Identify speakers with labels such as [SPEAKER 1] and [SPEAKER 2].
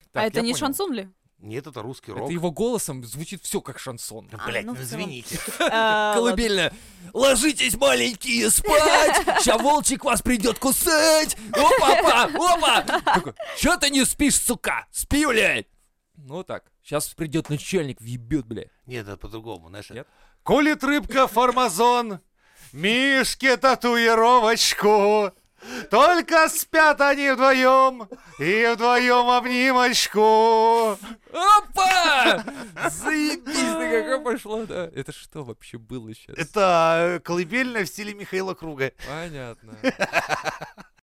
[SPEAKER 1] а
[SPEAKER 2] как,
[SPEAKER 1] это
[SPEAKER 2] я
[SPEAKER 1] не
[SPEAKER 2] понял.
[SPEAKER 1] шансон ли?
[SPEAKER 3] Нет, это русский рок.
[SPEAKER 2] Это его голосом звучит все как шансон.
[SPEAKER 1] А,
[SPEAKER 3] Блять,
[SPEAKER 1] ну,
[SPEAKER 3] ну,
[SPEAKER 1] в целом.
[SPEAKER 3] извините. А,
[SPEAKER 1] Э, ладно.
[SPEAKER 2] Колыбельная. Ложитесь, маленькие, спать! Ща волчик вас придет кусать! Опа-па! Опа! Такой, Чё ты не спишь, сука? Спи, блядь! Ну так, сейчас придет начальник, въебет, блядь.
[SPEAKER 3] Нет, это по-другому, знаешь.
[SPEAKER 2] Нет?
[SPEAKER 3] Кулит рыбка фармазон, Мишке татуировочку. Только спят они вдвоем и вдвоем обнимочку.
[SPEAKER 2] Опа! Заебись, ты какая пошла, да. Это что вообще было сейчас?
[SPEAKER 3] Это э, колыбельная в стиле Михаила Круга.
[SPEAKER 2] Понятно.